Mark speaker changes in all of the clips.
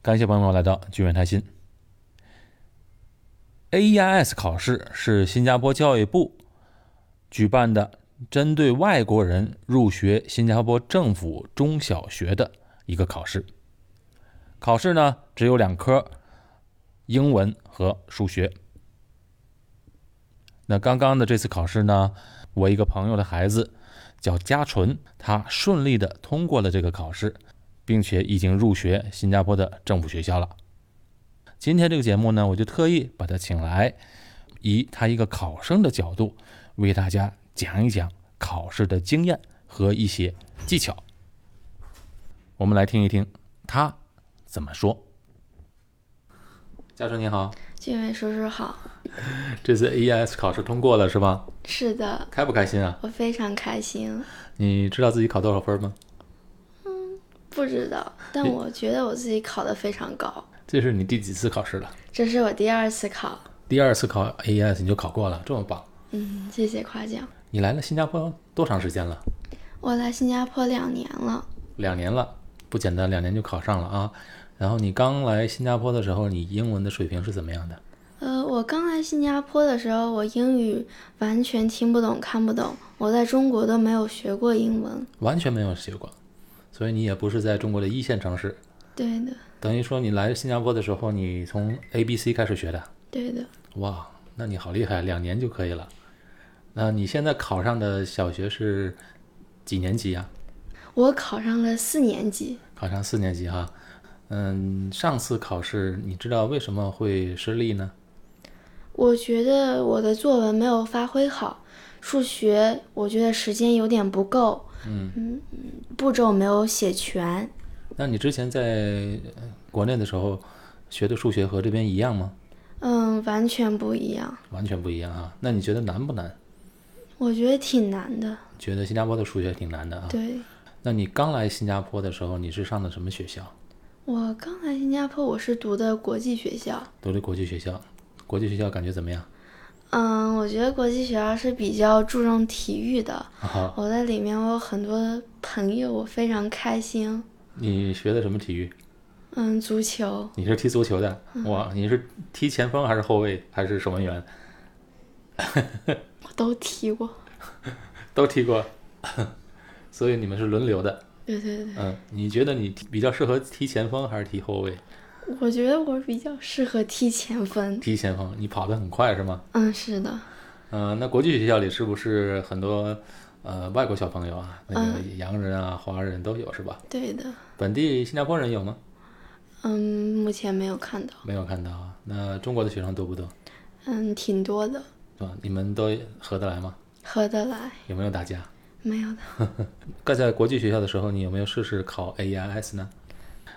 Speaker 1: 感谢朋友们来到剧院谈心。AEIS E 考试是新加坡教育部举办的针对外国人入学新加坡政府中小学的一个考试。考试呢只有两科，英文和数学。那刚刚的这次考试呢，我一个朋友的孩子叫嘉纯，他顺利的通过了这个考试，并且已经入学新加坡的政府学校了。今天这个节目呢，我就特意把他请来，以他一个考生的角度，为大家讲一讲考试的经验和一些技巧。我们来听一听他怎么说。嘉纯你好，
Speaker 2: 俊伟叔叔好，
Speaker 1: 这次 AES 考试通过了是吧？
Speaker 2: 是的，
Speaker 1: 开不开心啊？
Speaker 2: 我非常开心。
Speaker 1: 你知道自己考多少分吗？
Speaker 2: 不知道，但我觉得我自己考得非常高。
Speaker 1: 这是你第几次考试了？
Speaker 2: 这是我第二次考，
Speaker 1: 第二次考 AES 你就考过了，这么棒！
Speaker 2: 嗯，谢谢夸奖。
Speaker 1: 你来了新加坡多长时间了？
Speaker 2: 我来新加坡两年了，
Speaker 1: 两年了，不简单，两年就考上了啊。然后你刚来新加坡的时候，你英文的水平是怎么样的？
Speaker 2: 呃，我刚来新加坡的时候，我英语完全听不懂、看不懂，我在中国都没有学过英文。
Speaker 1: 完全没有学过，所以你也不是在中国的一线城市。
Speaker 2: 对的，
Speaker 1: 等于说你来新加坡的时候，你从 A、B、C 开始学的。
Speaker 2: 对的。
Speaker 1: 哇，那你好厉害，两年就可以了。那你现在考上的小学是几年级啊？
Speaker 2: 我考上了四年级，
Speaker 1: 考上四年级哈、嗯，上次考试你知道为什么会失利呢？
Speaker 2: 我觉得我的作文没有发挥好，数学我觉得时间有点不够，嗯步骤没有写全，
Speaker 1: 那你之前在呃国内的时候学的数学和这边一样吗？
Speaker 2: 嗯，完全不一样。
Speaker 1: 完全不一样啊。那你觉得难不难？
Speaker 2: 我觉得挺难的，
Speaker 1: 觉得新加坡的数学挺难的啊。
Speaker 2: 对
Speaker 1: 那你刚来新加坡的时候，你是上的什么学校？
Speaker 2: 我刚来新加坡，我是读的国际学校，
Speaker 1: 读的国际学校，国际学校感觉怎么样？
Speaker 2: 嗯，我觉得国际学校是比较注重体育的，
Speaker 1: 啊，
Speaker 2: 我在里面我有很多朋友，我非常开心，
Speaker 1: 你学的什么体育？
Speaker 2: 嗯，足球，
Speaker 1: 你是踢足球的？哇，你是踢前锋还是后卫还是守门员？
Speaker 2: 我都踢过，
Speaker 1: 都踢过， 所以你们是轮流的。
Speaker 2: 对对对，
Speaker 1: 嗯，你觉得你踢比较适合踢前锋还是踢后卫？
Speaker 2: 我觉得我比较适合踢前锋，
Speaker 1: 踢前锋，你跑得很快是吗？
Speaker 2: 嗯，是的，
Speaker 1: 嗯，那国际学校里是不是很多呃外国小朋友啊？那个洋人啊、华人都有是吧？
Speaker 2: 对的，
Speaker 1: 本地新加坡人有吗？
Speaker 2: 嗯，目前没有看到，
Speaker 1: 没有看到啊。那中国的学生多不多？
Speaker 2: 嗯，挺多的，
Speaker 1: 是吧？你们都合得来吗？
Speaker 2: 合得来，
Speaker 1: 有没有打架？
Speaker 2: 没有的，
Speaker 1: 刚在国际学校的时候，你有没有试试考 AEIS 呢？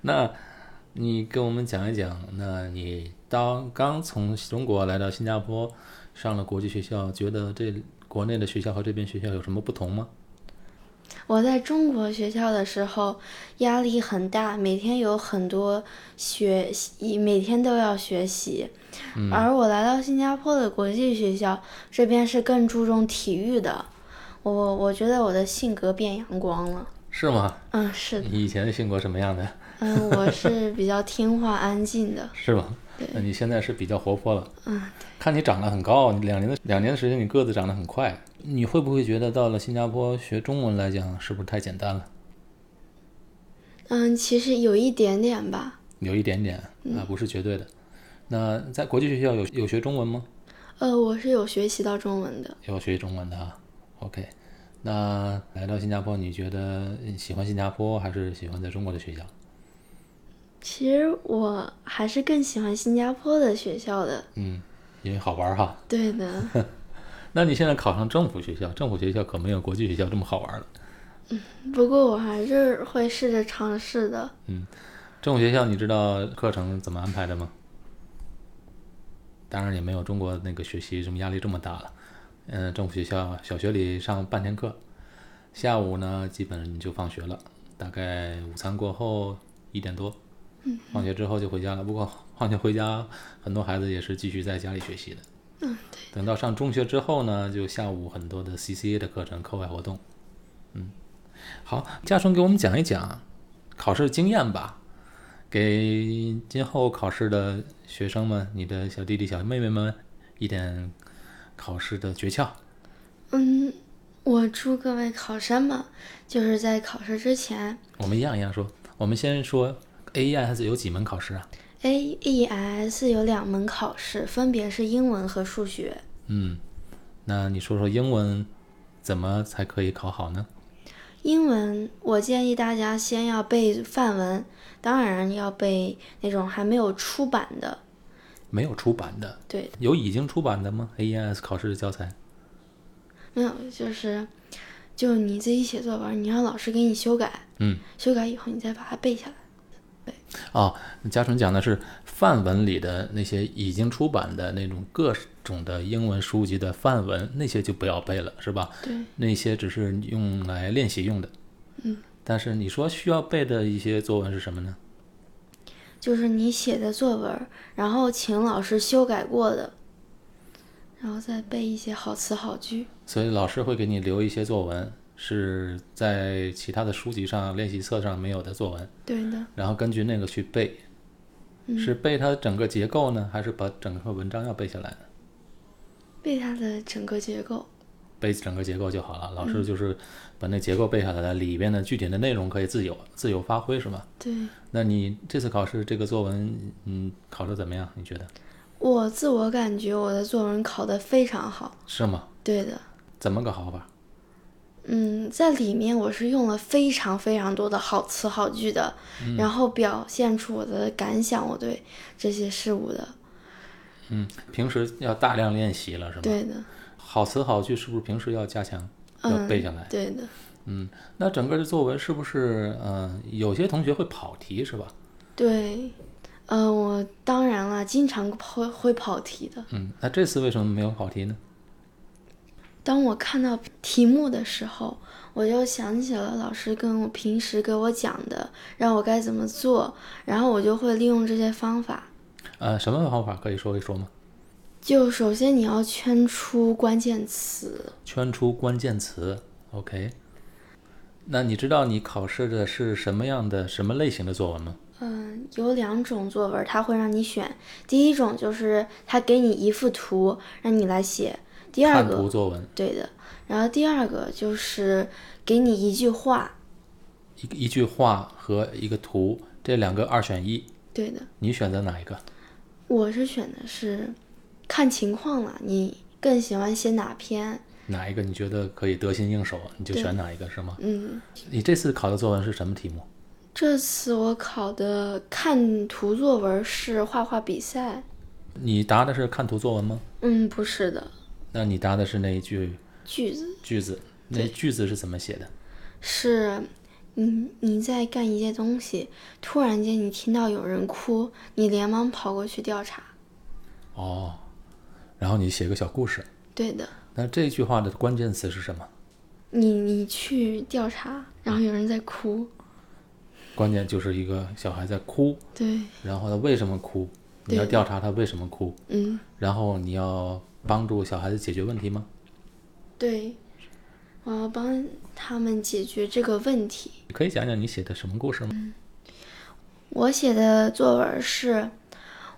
Speaker 1: 那你跟我们讲一讲，那你当刚从中国来到新加坡，上了国际学校，觉得这国内的学校和这边学校有什么不同吗？
Speaker 2: 我在中国学校的时候压力很大，每天有很多学习，每天都要学习。而我来到新加坡的国际学校，这边是更注重体育的。我我觉得我的性格变阳光了。
Speaker 1: 是吗？
Speaker 2: 嗯，是的，
Speaker 1: 你以前的性格什么样的？
Speaker 2: 嗯，我是比较听话、安静的。
Speaker 1: 是吗？那你现在是比较活泼了。
Speaker 2: 嗯，
Speaker 1: 看你长得很高，你两年的两年的时间，你个子长得很快。你会不会觉得到了新加坡学中文来讲，是不是太简单了？
Speaker 2: 嗯，其实有一点点吧。
Speaker 1: 有一点点，啊，不是绝对的。那在国际学校有有学中文吗？
Speaker 2: 呃，我是有学习到中文的。
Speaker 1: 有学中文的啊。OK，那来到新加坡，你觉得喜欢新加坡还是喜欢在中国的学校？
Speaker 2: 其实我还是更喜欢新加坡的学校的。
Speaker 1: 嗯，因为好玩儿哈。
Speaker 2: 对的。
Speaker 1: 那你现在考上政府学校，政府学校可没有国际学校这么好玩了。
Speaker 2: 不过我还是会试着尝试的。
Speaker 1: 政府学校，你知道课程怎么安排的吗？当然也没有中国那个学习什么压力这么大了。嗯，政府学校小学里上半天课，下午呢基本你就放学了，大概午餐过后一点多，放学之后就回家了。不过 放学回家，很多孩子也是继续在家里学习的。
Speaker 2: 嗯，
Speaker 1: 等到上中学之后呢，就下午很多的 CCA 的课程、课外活动。嗯，好，嘉春给我们讲一讲考试经验吧。给今后考试的学生们、你的小弟弟、小妹妹们一点考试的诀窍。
Speaker 2: 嗯，我祝各位考生们，就是在考试之前
Speaker 1: 我们一样一样说，我们先说 AES 有几门考试啊？
Speaker 2: ，A E S 有两门考试，分别是英文和数学。
Speaker 1: 嗯，那你说说英文怎么才可以考好呢？
Speaker 2: 英文，我建议大家先要背范文，当然要背那种还没有出版的。
Speaker 1: 没有出版的，
Speaker 2: 对，
Speaker 1: 有已经出版的吗？AES 考试的教材？
Speaker 2: 没有，就是就你自己写作文，你让老师给你修改，
Speaker 1: 嗯，
Speaker 2: 修改以后你再把它背下来。
Speaker 1: 哦，嘉纯讲的是范文里的那些已经出版的那种各种的英文书籍的范文，那些就不要背了，是吧？
Speaker 2: 对，
Speaker 1: 那些只是用来练习用的。
Speaker 2: 嗯。
Speaker 1: 但是你说需要背的一些作文是什么呢？
Speaker 2: 就是你写的作文，然后请老师修改过的，然后再背一些好词好句。
Speaker 1: 所以老师会给你留一些作文，是在其他的书籍上、练习册上没有的作文，
Speaker 2: 对的，
Speaker 1: 然后根据那个去背。
Speaker 2: 嗯
Speaker 1: 是背它整个结构呢，还是把整个文章要背下来呢？
Speaker 2: 背它的整个结构。
Speaker 1: 背整个结构就好了。老师就是把那结构背下来了，里边的具体的内容可以自由自由发挥，是吧？
Speaker 2: 对
Speaker 1: 那你这次考试这个作文，嗯，考得怎么样？你觉得
Speaker 2: 我自我感觉我的作文考得非常好。
Speaker 1: 是吗？
Speaker 2: 对的，
Speaker 1: 怎么个好法？
Speaker 2: 嗯，在里面我是用了非常非常多的好词好句的，
Speaker 1: 嗯
Speaker 2: 然后表现出我的感想，我对这些事物的。
Speaker 1: 嗯，平时要大量练习了，是吧？
Speaker 2: 对的，
Speaker 1: 好词好句是不是平时要加强，要
Speaker 2: 嗯，
Speaker 1: 背下来？
Speaker 2: 对的，
Speaker 1: 嗯，那整个的作文是不是，嗯、有些同学会跑题，是吧？
Speaker 2: 对，嗯、我当然了，经常会会跑题的。
Speaker 1: 嗯，那这次为什么没有跑题呢？
Speaker 2: 当我看到题目的时候，我就想起了老师跟我平时给我讲的，让我该怎么做，然后我就会利用这些方法。
Speaker 1: 呃，什么方法可以说一说吗？
Speaker 2: 就首先你要圈出关键词，
Speaker 1: 圈出关键词。OK，那你知道你考试的是什么样的、什么类型的作文吗？
Speaker 2: 嗯，有两种作文，它会让你选。第一种就是它给你一幅图，让你来写。第二
Speaker 1: 看
Speaker 2: 个，
Speaker 1: 图作文，
Speaker 2: 对的。然后第二个就是给你一句话，
Speaker 1: 一个一句话和一个图，这两个二选一，
Speaker 2: 对的。
Speaker 1: 你选择哪一个？
Speaker 2: 我是选的是看情况了，你更喜欢写哪篇？
Speaker 1: 哪一个你觉得可以得心应手，你就选哪一个，是吗？
Speaker 2: 嗯，
Speaker 1: 你这次考的作文是什么题目？
Speaker 2: 这次我考的看图作文是画画比赛。
Speaker 1: 你答的是看图作文吗？
Speaker 2: 嗯，不是的，
Speaker 1: 那你答的是那一句
Speaker 2: 句子
Speaker 1: 句子，那句子是怎么写的？
Speaker 2: 是你你在干一件东西，突然间你听到有人哭，你连忙跑过去调查。
Speaker 1: 哦，然后你写个小故事。
Speaker 2: 对的，
Speaker 1: 那这句话的关键词是什么？
Speaker 2: 你你去调查，然后有人在哭。
Speaker 1: 关键就是一个小孩在哭，
Speaker 2: 对，
Speaker 1: 然后他为什么哭？你要调查他为什么哭，
Speaker 2: 嗯，
Speaker 1: 然后你要帮助小孩子解决问题吗？
Speaker 2: 对，我要帮他们解决这个问题。
Speaker 1: 你可以讲讲你写的什么故事吗？
Speaker 2: 我写的作文是：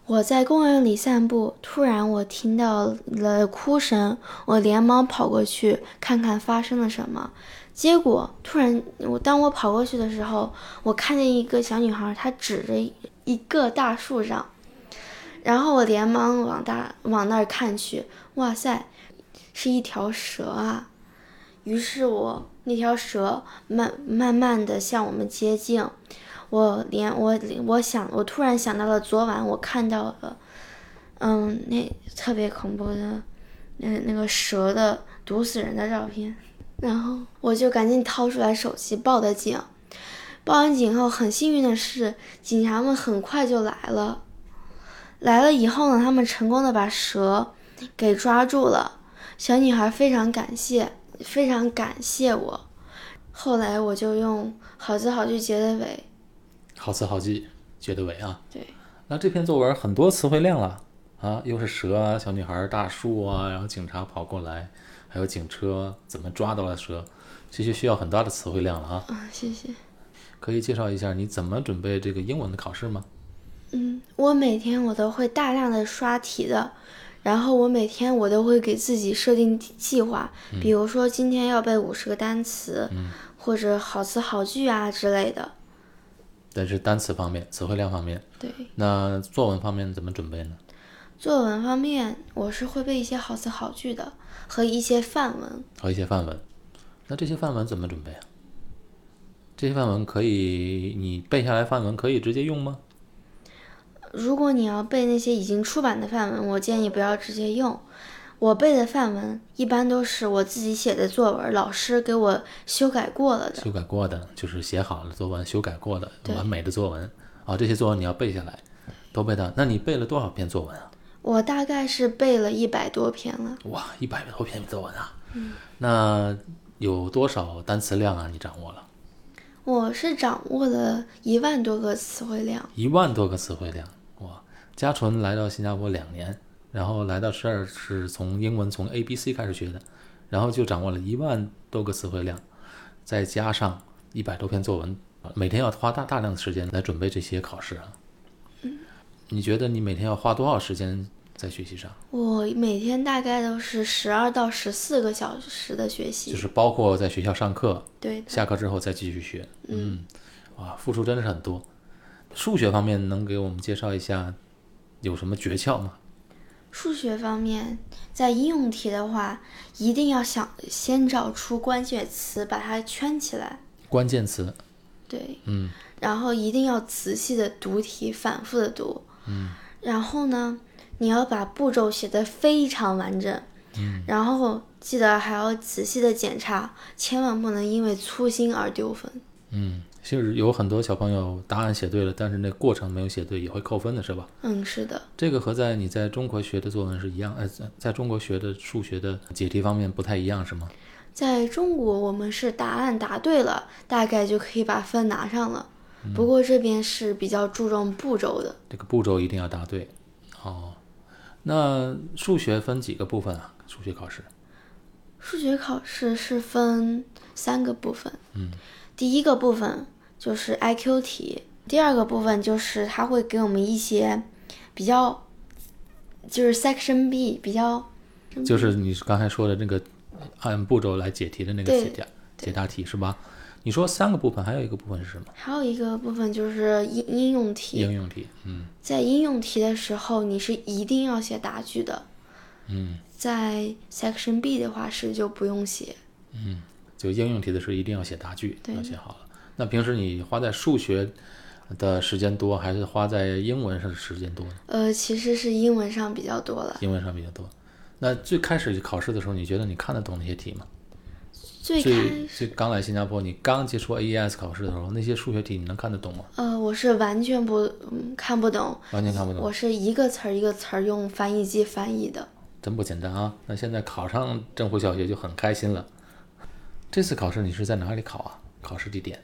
Speaker 2: 我在公园里散步，突然我听到了哭声，我连忙跑过去看看发生了什么。结果突然，我当我跑过去的时候，我看见一个小女孩，她指着一一个大树上，然后我连忙往大往那儿看去，哇塞，是一条蛇啊！于是我那条蛇慢慢慢的向我们接近，我连我我想我突然想到了昨晚我看到了，嗯，那特别恐怖的，那那个蛇的毒死人的照片，然后我就赶紧掏出来手机报的警。报完警后，很幸运的是，警察们很快就来了。来了以后呢，他们成功的把蛇给抓住了。小女孩非常感谢，非常感谢我。后来我就用好词好句结的尾，
Speaker 1: 好词好句，结的尾啊。
Speaker 2: 对。
Speaker 1: 那这篇作文很多词汇量了啊，又是蛇啊、小女孩儿、大树啊，然后警察跑过来，还有警车怎么抓到了蛇，这些需要很大的词汇量了啊。
Speaker 2: 嗯啊，谢谢。
Speaker 1: 可以介绍一下你怎么准备这个英文的考试吗？
Speaker 2: 嗯，我每天我都会大量的刷题的，然后我每天我都会给自己设定计划，比如说今天要背五十个单词，或者好词好句啊之类的。
Speaker 1: 但是单词方面、词汇量方面，
Speaker 2: 对，
Speaker 1: 那作文方面怎么准备呢？
Speaker 2: 作文方面我是会背一些好词好句的和一些范文。
Speaker 1: 和一些范文，那这些范文怎么准备啊？这些范文可以，你背下来范文可以直接用吗？
Speaker 2: 如果你要背那些已经出版的范文，我建议不要直接用。我背的范文一般都是我自己写的作文，老师给我修改过了的。
Speaker 1: 修改过的，就是写好了作文，修改过的
Speaker 2: 对
Speaker 1: 完美的作文啊，这些作文你要背下来，都背到。那你背了多少篇作文啊？
Speaker 2: 我大概是背了一百多篇了。
Speaker 1: 哇，一百多篇作文啊！那有多少单词量啊？你掌握了
Speaker 2: 我是掌握了一万多个词汇量，
Speaker 1: 一万多个词汇量哇！嘉纯来到新加坡两年，然后来到这儿是从英文从 A B C 开始学的，然后就掌握了一万多个词汇量，再加上一百多篇作文，每天要花大大量的时间来准备这些考试啊。你觉得你每天要花多少时间在学习上？
Speaker 2: 我每天大概都是十二到十四个小时的学习。
Speaker 1: 就是包括在学校上课，
Speaker 2: 对的，
Speaker 1: 下课之后再继续学。嗯，哇，付出真的是很多。数学方面能给我们介绍一下有什么诀窍吗？
Speaker 2: 数学方面，在应用题的话，一定要想先找出关键词，把它圈起来。
Speaker 1: 关键词，
Speaker 2: 对，
Speaker 1: 嗯，
Speaker 2: 然后一定要仔细的读题，反复的读。嗯，然后呢，你要把步骤写得非常完整。嗯，然后记得还要仔细的检查，千万不能因为粗心而丢分。
Speaker 1: 嗯，就是有很多小朋友答案写对了，但是那过程没有写对，也会扣分的是吧？
Speaker 2: 嗯，是的，
Speaker 1: 这个和在你在中国学的作文是一样，呃，在在中国学的数学的解题方面不太一样是吗？
Speaker 2: 在中国我们是答案答对了，大概就可以把分拿上了。不过这边是比较注重步骤的，
Speaker 1: 这个步骤一定要答对。哦，那数学分几个部分啊？数学考试，
Speaker 2: 数学考试是分三个部分，嗯，第一个部分就是 IQ 题，第二个部分就是它会给我们一些比较，就是 Section B 比较，
Speaker 1: 就是你刚才说的那个按步骤来解题的那个
Speaker 2: 对
Speaker 1: 解答解答题是吧？你说三个部分，还有一个部分是什么？
Speaker 2: 还有一个部分就是应应用题，
Speaker 1: 应用题。嗯，
Speaker 2: 在应用题的时候你是一定要写答句的，嗯，在 Section B 的话是就不用写，
Speaker 1: 就应用题的时候一定要写答句，要写好了。那平时你花在数学的时间多，还是花在英文上的时间多呢？
Speaker 2: 呃，其实是英文上比较多了，
Speaker 1: 英文上比较多。那最开始考试的时候，你觉得你看得懂那些题吗？
Speaker 2: 最开
Speaker 1: 最最刚来新加坡，你刚接触 AES 考试的时候，那些数学题你能看得懂吗？
Speaker 2: 呃，我是完全不、嗯、看不懂，
Speaker 1: 完全看不懂。
Speaker 2: 我是一个词儿一个词儿用翻译机翻译的。
Speaker 1: 真不简单啊！那现在考上政府小学就很开心了。这次考试你是在哪里考啊？考试地点？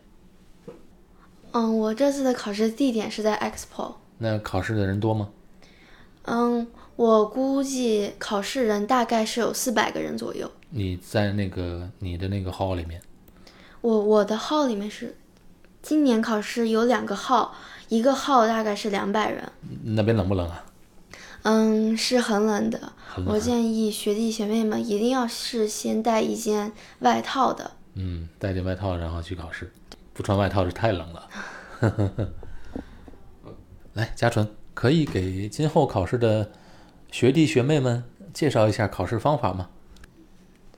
Speaker 2: 嗯，我这次的考试地点是在 Expo。
Speaker 1: 那考试的人多吗？
Speaker 2: 嗯，我估计考试人大概是有四百个人左右。
Speaker 1: 你在那个你的那个 hall 里面，
Speaker 2: 我我的号里面是，今年考试有两个号，一个号大概是两百人。
Speaker 1: 那边冷不冷啊？
Speaker 2: 嗯，是很冷的。
Speaker 1: 很冷啊。
Speaker 2: 我建议学弟学妹们一定要事先带一件外套的。
Speaker 1: 嗯，带件外套然后去考试，不穿外套是太冷了。 来，嘉纯，可以给今后考试的学弟学妹们介绍一下考试方法吗？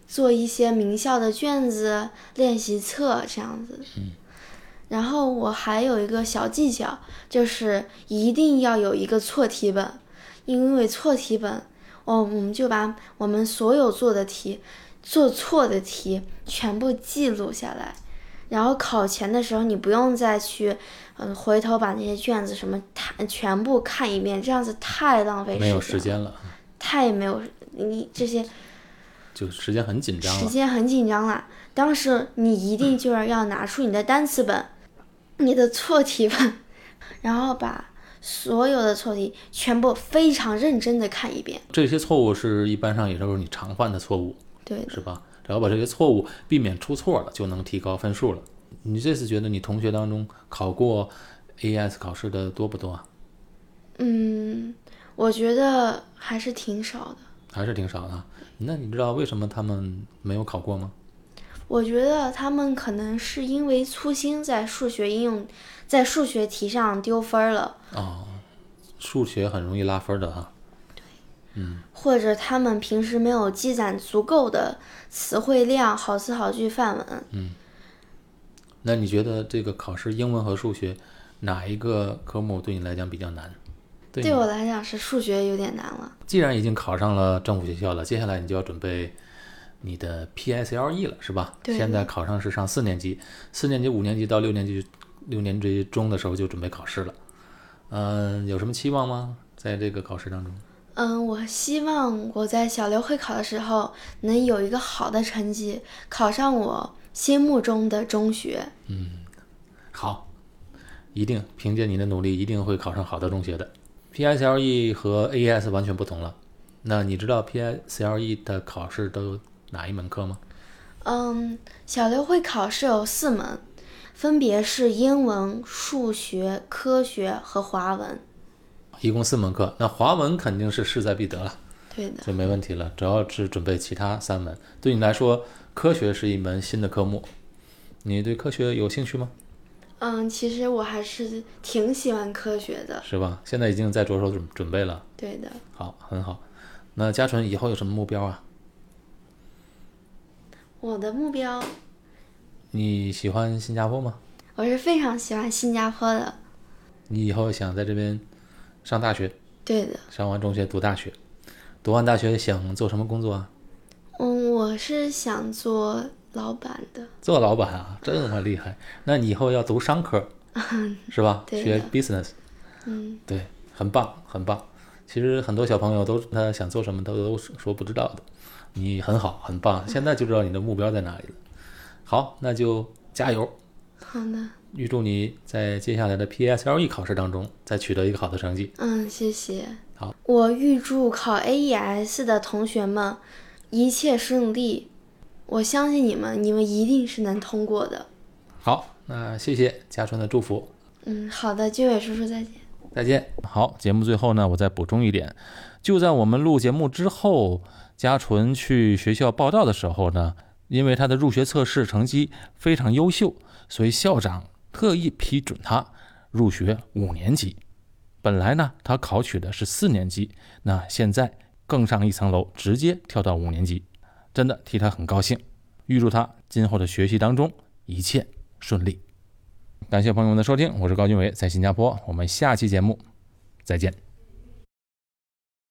Speaker 2: 做一些名校的卷子、练习册这样子。
Speaker 1: 嗯
Speaker 2: 然后我还有一个小技巧，就是一定要有一个错题本，因为错题本，哦，我们就把我们所有做的题、做错的题全部记录下来。然后考前的时候，你不用再去，嗯，回头把那些卷子什么看全部看一遍，这样子太浪费
Speaker 1: 没
Speaker 2: 时间
Speaker 1: 有
Speaker 2: 了，
Speaker 1: 时间了，
Speaker 2: 太没有你这些
Speaker 1: 就时间很紧张
Speaker 2: 时
Speaker 1: 了。
Speaker 2: 间很紧张啦。当时你一定就是要拿出你的单词本、你的错题本， 然后把所有的错题全部非常认真的看一遍。
Speaker 1: 这些错误是一般上也都是你常犯的错误。
Speaker 2: 对的，
Speaker 1: 是吧？只要把这些错误避免出错了，就能提高分数了。你这次觉得你同学当中考过 AES 考试的多不多啊？
Speaker 2: 嗯，我觉得还是挺少的。
Speaker 1: 还是挺少的啊。那你知道为什么他们没有考过吗？
Speaker 2: 我觉得他们可能是因为粗心在数学应用，在数学题上丢分儿了，
Speaker 1: 哦，数学很容易拉分的哈。
Speaker 2: 或者他们平时没有积攒足够的词汇量、好词好句、范文。
Speaker 1: 那你觉得这个考试英文和数学哪一个科目对你来讲比较难？对
Speaker 2: 对
Speaker 1: 你
Speaker 2: 我来讲是数学有点难了。
Speaker 1: 既然已经考上了政府学校了，接下来你就要准备你的 PSLE E 了，是吧？
Speaker 2: 对
Speaker 1: 现在考上是上四年级，四年级、五年级到六年级，六年级中的时候就准备考试了。嗯、有什么期望吗？在这个考试当中，
Speaker 2: 嗯，我希望我在小六会考的时候能有一个好的成绩，考上我心目中的中学。
Speaker 1: 好，一定凭借你的努力，一定会考上好的中学的。PSLE E 和 AES 完全不同了。那你知道 PSLE E 的考试都有哪一门课吗？
Speaker 2: 嗯，小六会考是有四门，分别是英文、数学、科学和华文。
Speaker 1: 一共四门课，那华文肯定是势在必得了。
Speaker 2: 对的，
Speaker 1: 这没问题了，主要是准备其他三门。对你来说，科学是一门新的科目，你对科学有兴趣吗？
Speaker 2: 嗯，其实我还是挺喜欢科学的。
Speaker 1: 是吧？现在已经在着手准准备了。
Speaker 2: 对的，
Speaker 1: 好，很好。那嘉纯以后有什么目标啊？
Speaker 2: 我的目标，
Speaker 1: 你喜欢新加坡吗？
Speaker 2: 我是非常喜欢新加坡的。
Speaker 1: 你以后想在这边上大学，
Speaker 2: 对的，
Speaker 1: 上完中学读大学，读完大学想做什么工作啊？
Speaker 2: 嗯，我是想做老板的。
Speaker 1: 做老板啊，这么厉害？那你以后要读商科， 是吧？
Speaker 2: 对
Speaker 1: 学
Speaker 2: 的
Speaker 1: business。
Speaker 2: 嗯，
Speaker 1: 对，很棒，很棒。其实很多小朋友都他想做什么，他都说不知道的。你很好，很棒，现在就知道你的目标在哪里了。好，那就加油！
Speaker 2: 好的，
Speaker 1: 预祝你在接下来的 PSLE E 考试当中再取得一个好的成绩。
Speaker 2: 嗯，谢谢。
Speaker 1: 好，
Speaker 2: 我预祝考 AES 的同学们一切顺利。我相信你们，你们一定是能通过的。
Speaker 1: 好，那谢谢嘉春的祝福，
Speaker 2: 嗯，好的，军伟叔叔再见。
Speaker 1: 再见。好，节目最后呢，我再补充一点，就在我们录节目之后，嘉纯去学校报到的时候呢，因为他的入学测试成绩非常优秀，所以校长特意批准他入学五年级。本来呢，他考取的是四年级，那现在更上一层楼，直接跳到五年级，真的替他很高兴。预祝他今后的学习当中一切顺利。感谢朋友们的收听，我是高军伟，在新加坡，我们下期节目再见。